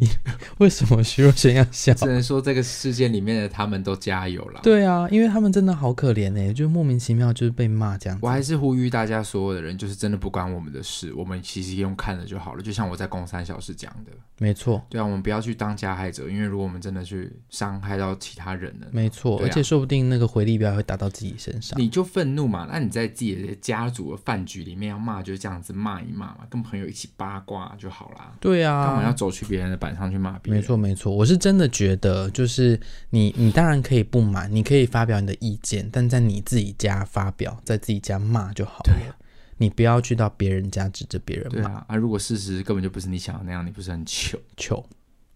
C: 为什么徐若瑄要笑？
A: 只能说这个事件里面的他们都加油啦。
C: 对啊，因为他们真的好可怜哎、就莫名其妙就是被骂这样
A: 我
C: 子。
A: 还是呼吁大家，所有的人就是真的不关我们的事，我们其实用看的就好了。就像我在公三小时讲的，
C: 没错，
A: 对啊，我们不要去当加害者，因为如果我们真的去伤害到其他人了，
C: 没错，
A: 对啊
C: 而且说不定那个回力镖会打到自己身上。
A: 你就愤怒嘛，那你在自己的家族的饭局里面要骂，就这样子骂一骂嘛，跟朋友一起八卦就好啦。
C: 对
A: 干嘛要
C: 啊，
A: 走去别人的板上去骂别人？
C: 没，错没错，我是真的觉得，就是你你当然可以不满，你可以发表你的意见，但在你自己家发表，在自己家骂就好了。你不要去到别人家指着别人
A: 对
C: 骂，
A: 啊，啊，如果事实根本就不是你想的那样，你不是很糗
C: 求。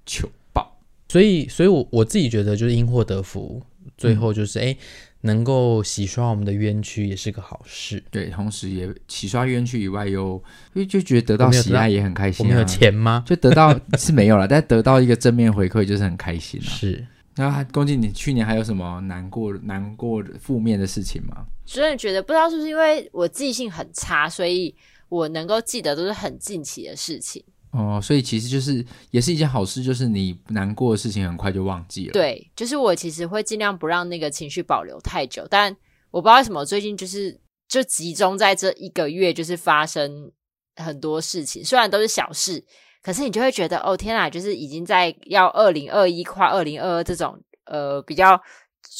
A: 糗爆？
C: 所以，所以我我自己觉得就是因祸得福，最后就是哎、诶能够洗刷我们的冤屈也是个好事。
A: 对，同时也洗刷冤屈以外又，又就觉得得到
C: 我没有
A: 喜
C: 得到
A: 爱也很开
C: 我
A: 心、啊。
C: 们有钱吗？
A: 就得到是没有 了，但得到一个正面回馈就是很开心啊。
C: 是，
A: 那恭喜你去年还有什么难过、难过的负面的事情吗？
B: 真的觉得不知道是不是因为我记性很差，所以我能够记得都是很近期的事情。
A: 哦，所以其实就是也是一件好事，就是你难过的事情很快就忘记了。，
B: 对，就是我其实会尽量不让那个情绪保留太久，但我不知道为什么我最近就是就集中在这一个月，就是发生很多事情，虽然都是小事，可是你就会觉得哦天啊，就是已经在要二零二一跨二零二二这种呃比较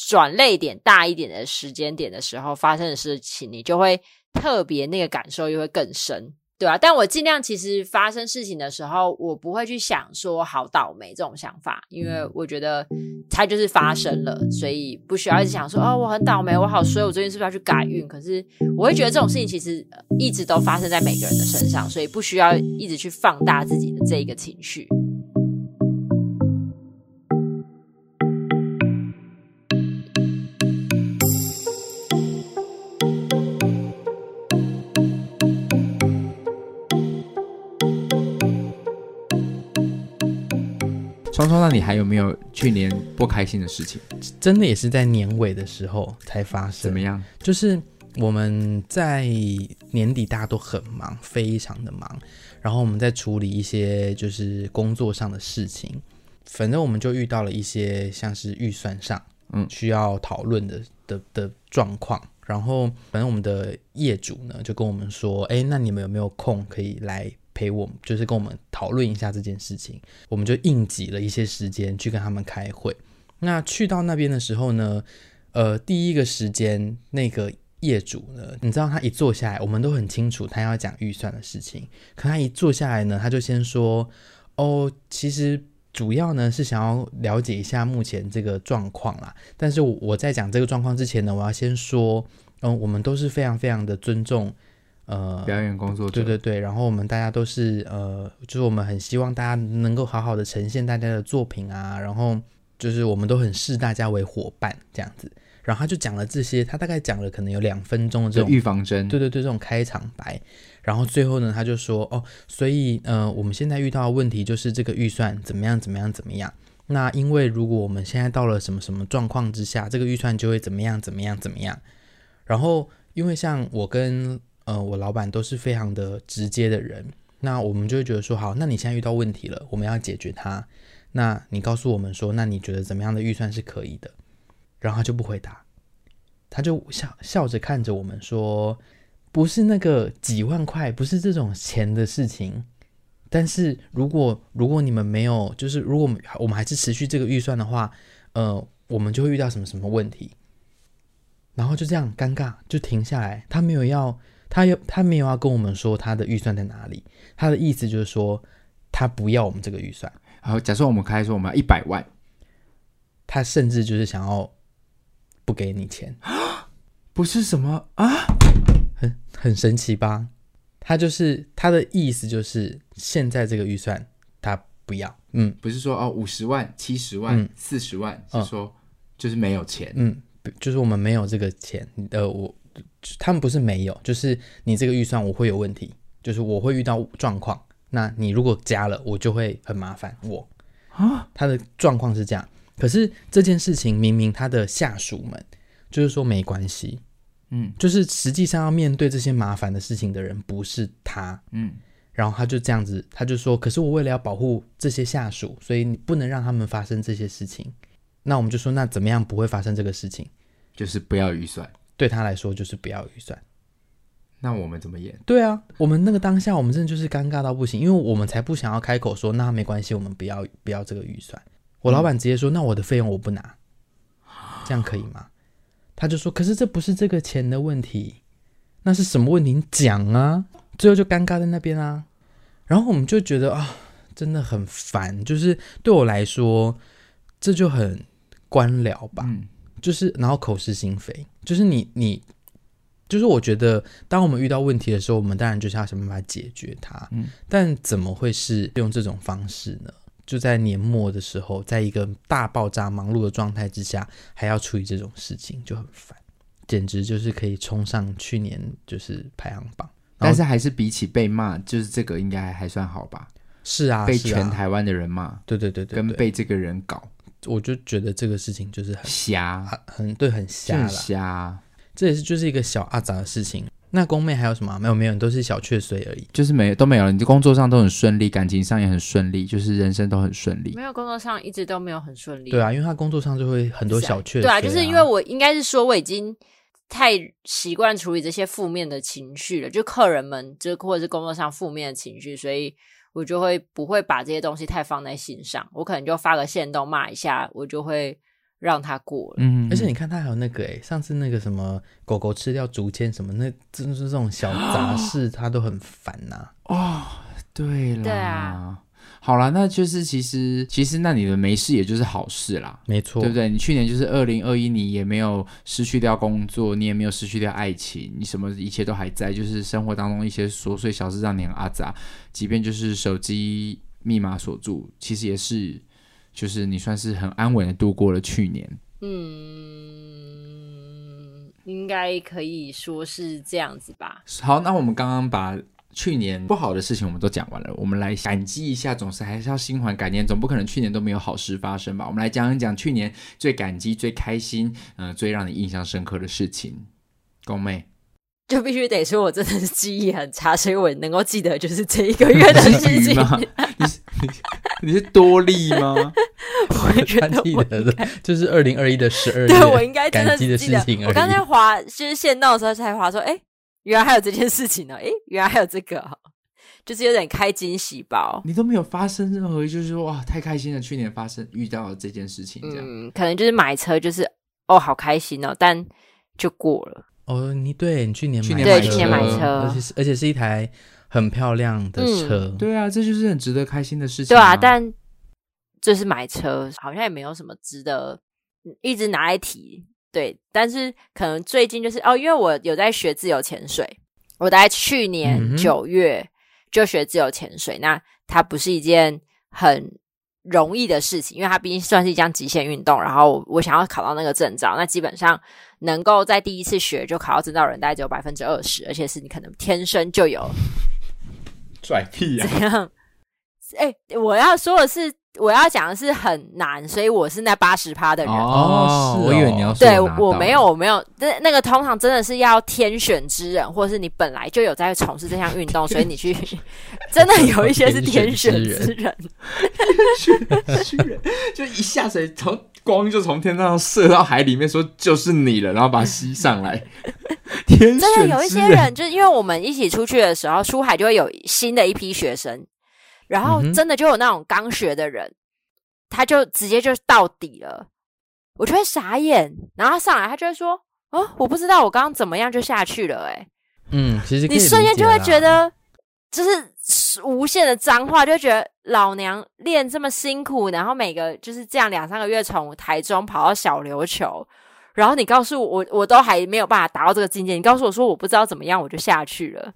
B: 转泪点大一点的时间点的时候发生的事情，你就会特别那个感受又会更深。对啊，但我尽量其实发生事情的时候，我不会去想说好倒霉这种想法，因为
C: 嗯
B: 我觉得它就是发生了，所以不需要一直想说哦我很倒霉，我好衰，我最近是不是要去改运？可是我会觉得这种事情其实呃一直都发生在每个人的身上，所以不需要一直去放大自己的这一个情绪。
A: 双双，那你还有没有去年不开心的事情？
C: 真的也是在年尾的时候才发
A: 怎
C: 生
A: 么。样？
C: 就是我们在年底大家都很忙，非常的忙，然后我们在处理一些就是工作上的事情，反正我们就遇到了一些像是预算上
A: 嗯
C: 需要讨论的的的状况。然后，反正我们的业主呢就跟我们说，哎，那你们有没有空可以来陪我们，就是跟我们讨论一下这件事情？我们就应急了一些时间去跟他们开会。那去到那边的时候呢，呃，第一个时间那个业主呢，你知道他一坐下来，我们都很清楚他要讲预算的事情，可他一坐下来呢，他就先说，哦，其实。主要呢是想要了解一下目前这个状况啦，但是我我在讲这个状况之前呢，我要先说，嗯，我们都是非常非常的尊重，呃，
A: 表演工作者，
C: 对对对，然后我们大家都是呃，就是我们很希望大家能够好好的呈现大家的作品啊，然后就是我们都很视大家为伙伴这样子。然后他就讲了这些，他大概讲了可能有两分钟的这
A: 就
C: 种
A: 预防针，
C: 对对对，这种开场白。然后最后呢，他就说哦，所以呃，我们现在遇到的问题就是这个预算怎么样怎么样怎么样。那因为如果我们现在到了什么什么状况之下，这个预算就会怎么样怎么样怎么样。然后因为像我跟呃我老板都是非常的直接的人，那我们就会觉得说好，那你现在遇到问题了，我们要解决它。那你告诉我们说，那你觉得怎么样的预算是可以的？然后他就不回答，他就笑笑着看着我们说：“不是那个几万块，不是这种钱的事情。但是如果如果你们没有，就是如果我们我们还是持续这个预算的话，呃，我们就会遇到什么什么问题。然后就这样尴尬就停下来，他没有要，他要他没有要跟我们说他的预算在哪里，他的意思就是说他不要我们这个预算，
A: 好，假设我们开说我们要一百万，
C: 他甚至就是想要不给你钱。
A: 不是什么啊？
C: 很很神奇吧？他就是他的意思就是现在这个预算他不要，嗯
A: 不是说哦五十万、七十万
C: 嗯、
A: 四十、万，
C: 嗯
A: 是说就是没有钱。
C: 嗯，就是我们没有这个钱，呃，我他们不是没有，就是你这个预算我会有问题，就是我会遇到状况，那你如果加了，我就会很麻烦我啊。他的状况是这样，可是这件事情明明他的下属们就是说没关系，
A: 嗯
C: 就是实际上要面对这些麻烦的事情的人不是他，
A: 嗯，
C: 然后他就这样子，他就说：“可是我为了要保护这些下属，所以你不能让他们发生这些事情。”那我们就说：“那怎么样不会发生这个事情
A: 就是不要预算。？”
C: 对他来说就是不要预算。
A: 那我们怎么演？
C: 对啊，我们那个当下，我们真的就是尴尬到不行，因为我们才不想要开口说：“那没关系，我们不要不要这个预算。”我老板直接说：“那我的费用我不拿，这样可以吗？”他就说：“可是这不是这个钱的问题，那是什么问题？你讲啊！”最后就尴尬在那边啊。然后我们就觉得啊，真的很烦，就是对我来说，这就很官僚吧。
A: 嗯，
C: 就是然后口是心非，就是你你，就是我觉得，当我们遇到问题的时候，我们当然就是要想办法解决它。
A: 嗯，
C: 但怎么会是用这种方式呢？就在年末的时候，在一个大爆炸、忙碌的状态之下，还要处理这种事情，就很烦，简直就是可以冲上去年就是排行榜。然
A: 但
C: 后
A: 是还是比起被骂，就是这个应该还还算好吧？
C: 是啊，
A: 被
C: 是
A: 全
C: 啊
A: 台湾的人骂，
C: 对对对对
A: 跟
C: 对，
A: 被这个人搞
C: 我就觉得这个事情就是很
A: 瞎，
C: 很很对很
A: 就
C: 啊瞎
A: 很
C: 了。
A: 瞎，
C: 这也是就是一个小阿杂的事情。那宫妹还有什么啊、没有没有，你都是小雀髓而已。
A: 就是没都没有了。你的工作上都很顺利，感情上也很顺利，就是人生都很顺利。
B: 没有工作上一直都没有很顺利，
C: 对啊，因为她工作上就会很多小雀、
B: 对啊，就是因为我应该是说我已经太习惯处理这些负面的情绪了，就客人们就或者是工作上负面的情绪，所以我就会不会把这些东西太放在心上，我可能就发个线动骂一下，我就会让他过了。
A: 嗯
C: 而且你看，它还有那个哎、上次那个什么狗狗吃掉竹签什么，那就是这 种小杂事，它都很烦呐、
A: 哦，对啦，
B: 对啊，
A: 好啦，那就是其实其实那你的没事也就是好事啦。
C: 没错，
A: 对不对？你去年就是二零二一，你也没有失去掉工作，你也没有失去掉爱情，你什么一切都还在，就是生活当中一些琐碎小事让你很阿杂，即便就是手机密码锁住，其实也是就是你算是很安稳的度过了去年。
B: 嗯，应该可以说是这样子吧。
A: 好，那我们刚刚把去年不好的事情我们都讲完了，我们来感激一下，总是还是要心怀感念，总不可能去年都没有好事发生吧？我们来讲一讲去年最感激、最开心、嗯、最让你印象深刻的事情。宫妹，
B: 就必须得说，我真的是记忆很差，所以我能够记得就是这 一个月的事
A: 至于
B: 情。
A: 吗？你是你你是多利吗？
B: 我觉
C: 他
B: 得
C: 记
B: 我
C: 得的就是二零二一的十二月，
B: 对我应该真
C: 感激
B: 是
C: 事
B: 记得
C: 情而已。
B: 我刚才滑就是线到的时候才滑说，哎、原来还有这件事情呢、哎、原来还有这个、哦，就是有点开惊喜包。
A: 你都没有发生任何，就是说哇，太开心了，去年发生遇到了这件事情，这样、
B: 嗯，可能就是买车，就是哦，好开心哦，但就过了。
C: 哦，你对你去年
A: 去年
B: 对
C: 买
B: 去年买车
C: 而且是而且是一台很漂亮的
B: 嗯
C: 车，
A: 对啊，这就是很值得开心的事情、
B: 对啊，但就是买车，好像也没有什么值得嗯一直拿来提。对，但是可能最近就是哦，因为我有在学自由潜水，我大概去
C: 嗯
B: 年
C: 哼
B: 九月就学自由潜水。那它不是一件很容易的事情，因为它毕竟算是一项极限运动。然后我我想要考到那个证照，那基本上能够在第一次学就考到证照的人，大概只有百分之二十，而且是你可能天生就有
A: 拽屁 啊！
B: 怎样？哎、我要说的是，我要讲的是很难，所以我是那八十趴的人。
A: 哦，
C: 是哦
A: 我以为你要说
B: 对，
A: 我拿到
B: 我没有，我没有，那那个通常真的是要天选之人，或者是你本来就有在从事这项运动，所以你去， 真的有一些是天选之人。
A: 巨人， 就一下水从光就从天上射到海里面，说就是你了，然后把它吸上 来。天选
B: 真的有一些
A: 之
B: 人，就是因为我们一起出去的时候，出海就会有新的一批学生，然后
C: 嗯哼
B: 真的就有那种刚学的人，他就直接就到底了，我就会傻眼，然后他上来他就会说：“哦，我不知道我刚刚怎么样就下去了、欸。”哎，
C: 嗯，其实可以
B: 你瞬间
C: 理解
B: 就会
C: 啦
B: 觉得就是无限的脏话，就会觉得老娘练这么辛苦，然后每个就是这样两三个月从台中跑到小琉球，然后你告诉我，我我都还没有办法达到这个境界，你告诉我说我不知道怎么样，我就下去了。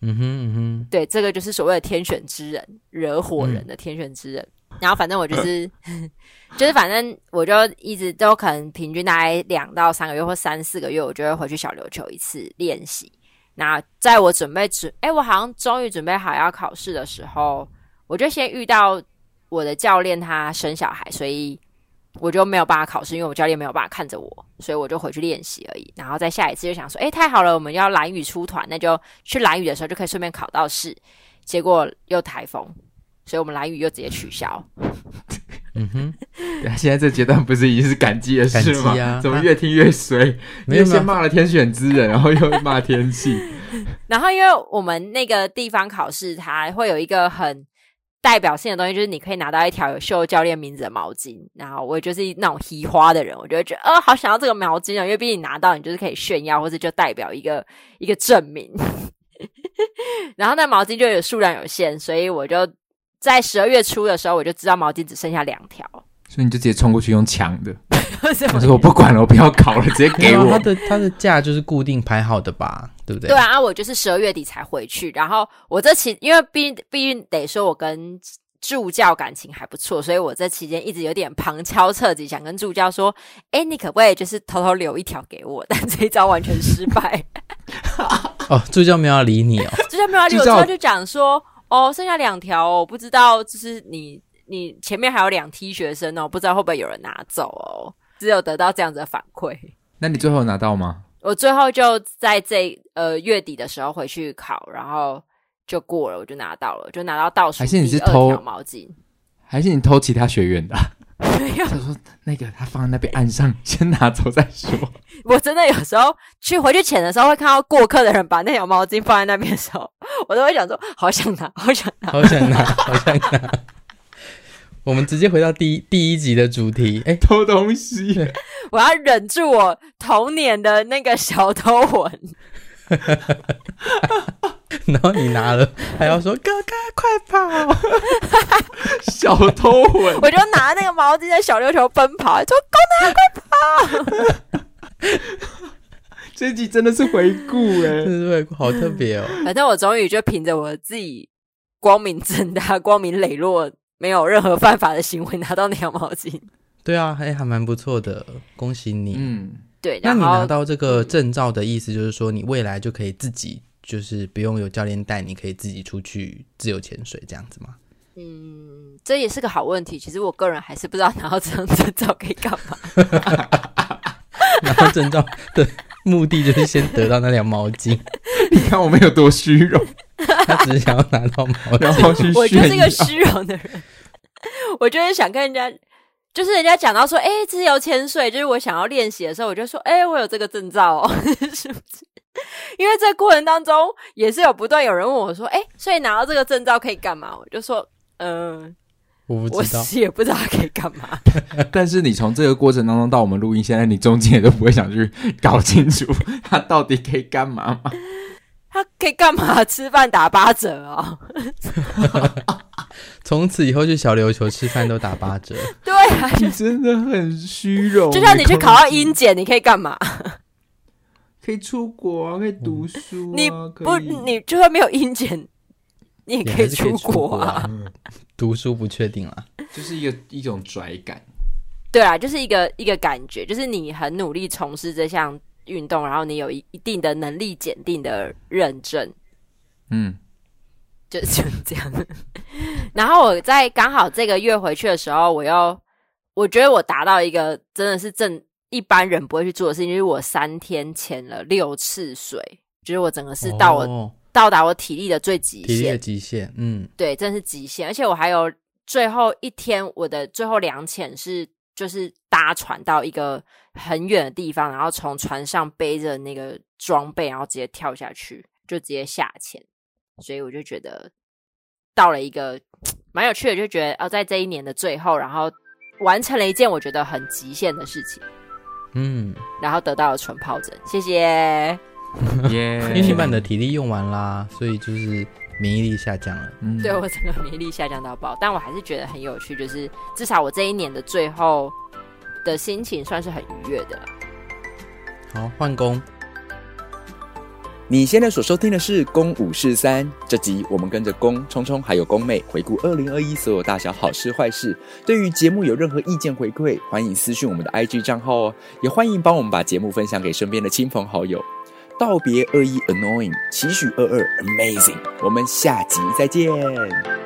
C: 嗯哼嗯哼，
B: 对，这个就是所谓的天选之人，惹火人的天选之人。然后反正我就是，就是反正我就一直都可能平均大概两到三个月或三四个月，我就会回去小琉球一次练习。那在我准备准，哎，我好像终于准备好要考试的时候，我就先遇到我的教练他生小孩，所以我就没有办法考试，因为我教练没有办法看着我，所以我就回去练习而已。然后在下一次就想说，哎，太好了，我们要蓝雨出团，那就去蓝雨的时候就可以顺便考到试。结果又台风，所以我们蓝雨又直接取消。
C: 嗯哼，
A: 人，现在这阶段不是已经是感激的事吗？
C: 感激啊
A: 怎么越听越衰？
C: 没
A: 又
C: 有没
A: 先
C: 有，
A: 骂了天选之人，然后又骂天气。
B: 然后因为我们那个地方考试，它会有一个很代表性的东西，就是你可以拿到一条有绣教练名字的毛巾。然后我就是那种嘻花的人，我就会觉得，哦，好想要这个毛巾哦，因为毕竟你拿到，你就是可以炫耀，或者就代表一个一个证明。 然后那毛巾就有数量有限，所以我就在十二月初的时候，我就知道毛巾只剩下两条。
A: 所以你就直接冲过去用抢的，
B: 所以
A: 我说我不管了，我不要考了，直接
C: 没
A: 给
C: 有
A: 我
C: 它。的它的价就是固定排好的吧，对不对？
B: 对啊，啊我就是十二月底才回去，然后我这期因为毕毕竟得说，我跟助教感情还不错，所以我这期间一直有点旁敲侧击，想跟助教说，哎，你可不可以就是偷偷留一条给我？ 但这一招完全失败，
C: 哦，助教没有要理你哦，
B: 助教没有
A: 助
B: 留，助
A: 教
B: 教就讲说，哦，剩下两条哦，不知道就是你你前面还有两梯学生哦，不知道会不会有人拿走哦，只有得到这样子的反馈。
A: 那你最后有拿到吗？
B: 我最后就在这呃月底的时候回去考，然后就过了，我就拿到了，就拿到倒数
A: 还是你是
B: 第二
A: 偷
B: 条 毛巾，
A: 还是你偷其他学员的啊？
B: 没有，
A: 他说那个他放在那边岸上，先拿走再说。
B: 我真的有时候去回去前的时候会看到过客的人把那条毛巾放在那边的
C: 啊
B: 时候，我都会想说好想拿，好想拿，
C: 好想拿，好想拿。我们直接回到第一第一集的主题。哎、
D: 偷东西，
B: 我要忍住我童年的那个小偷魂。
C: 然后你拿了，还要说哥哥快跑，
D: 小偷魂，
B: 我就拿那个毛巾在小溜球奔跑，就
D: 这集真的是回顾哎、
C: 真的是好特别哦。
B: 反正我终于就凭着我自己光明正大、光明磊落、没有任何犯法的行为拿到那条毛巾。
C: 对啊，还还蛮不错的，恭喜你。
D: 嗯，
B: 对，
C: 那
B: 然
C: 你拿
B: 后
C: 到这个证照的意思就是说，你未来就可以自己，就是不用有教练带，你可以自己出去自由潜水这样子吗？
B: 嗯，这也是个好问题。其实我个人还是不知道拿到这张证照可以干嘛。
C: 然后证照的目的就是先得到那条毛巾，
D: 你看我们有多虚荣，
C: 他只是想要拿到毛
D: 然
C: 巾。
D: 后去
B: 我就是
D: 炫耀
B: 个。虚荣的人， 我就是想跟人家，就是人家讲到说，哎、自由潜水，就是我想要练习的时候，我就说，哎、我有这个证照、哦， 是不是？因为这过程当中也是有不断有人问我说，哎、所以拿到这个证照可以干嘛？我就说，嗯、
C: 我不
B: 我
C: 知道，
B: 是也不知道可以干嘛。
D: 但是你从这个过程当中到我们录音，现在你中间也都不会想去搞清 楚他到底可以干嘛吗？
B: 他可以干嘛？吃饭打八折哦。
C: 从此以后去小琉球吃饭都打八折。
B: 对啊，就
D: 你真的很虚荣，
B: 就像你去考到
D: 英。
B: 英检，你可以干嘛？
D: 可以出国啊，可以读书、啊，
B: 嗯你
D: 可
B: 不，
D: 以
B: 你就算没有英检，你也
C: 也
B: 可以
C: 还是可以
B: 出
C: 出
B: 国
C: 国
B: 啊。
C: 啊。读书不确定啊啦，
D: 就是一个一种拽感，
B: 对啊，就是一个一个感觉，就是你很努力从事这项运动，然后你有一一定的能力检定的认证，
D: 嗯，
B: 就就这样。 然后我在刚好这个月回去的时候，我又我觉得我达到一个真的是正一般人不会去做的事情，就是我三天潜了六次水，就是我整个是到我、
C: 哦
B: 到达我体力的最极
C: 体力
B: 限
C: 的，极限，嗯，
B: 对，真是极限。而且我还有最后一天，我的最后两潜是就是搭船到一个很远的地方，然后从船上背着那个装备，然后直接跳下去，就直接下潜。所以我就觉得到了一个蛮有趣的，就觉得哦，在这一年的最后，然后完成了一件我觉得很极限的事情，
C: 嗯，
B: 然后得到了纯疱疹，谢谢。
D: 耶、
C: 因为你把你的体力用完啦，所以就是免疫力下降了。
D: 嗯
B: 对我整个免疫力下降到爆，但我还是觉得很有趣，就是至少我这一年的最后的心情算是很愉悦的啦。
C: 好，换工，
A: 你现在所收听的是《公五是三》这集，我们跟着公聪聪还有公妹回顾二零二一所有大小好事坏事。对于节目有任何意见回馈，欢迎私讯我们的 IG 账号哦，也欢迎帮我们把节目分享给身边的亲朋好友。道别二一 annoying，期许二二 amazing，我们下集再见。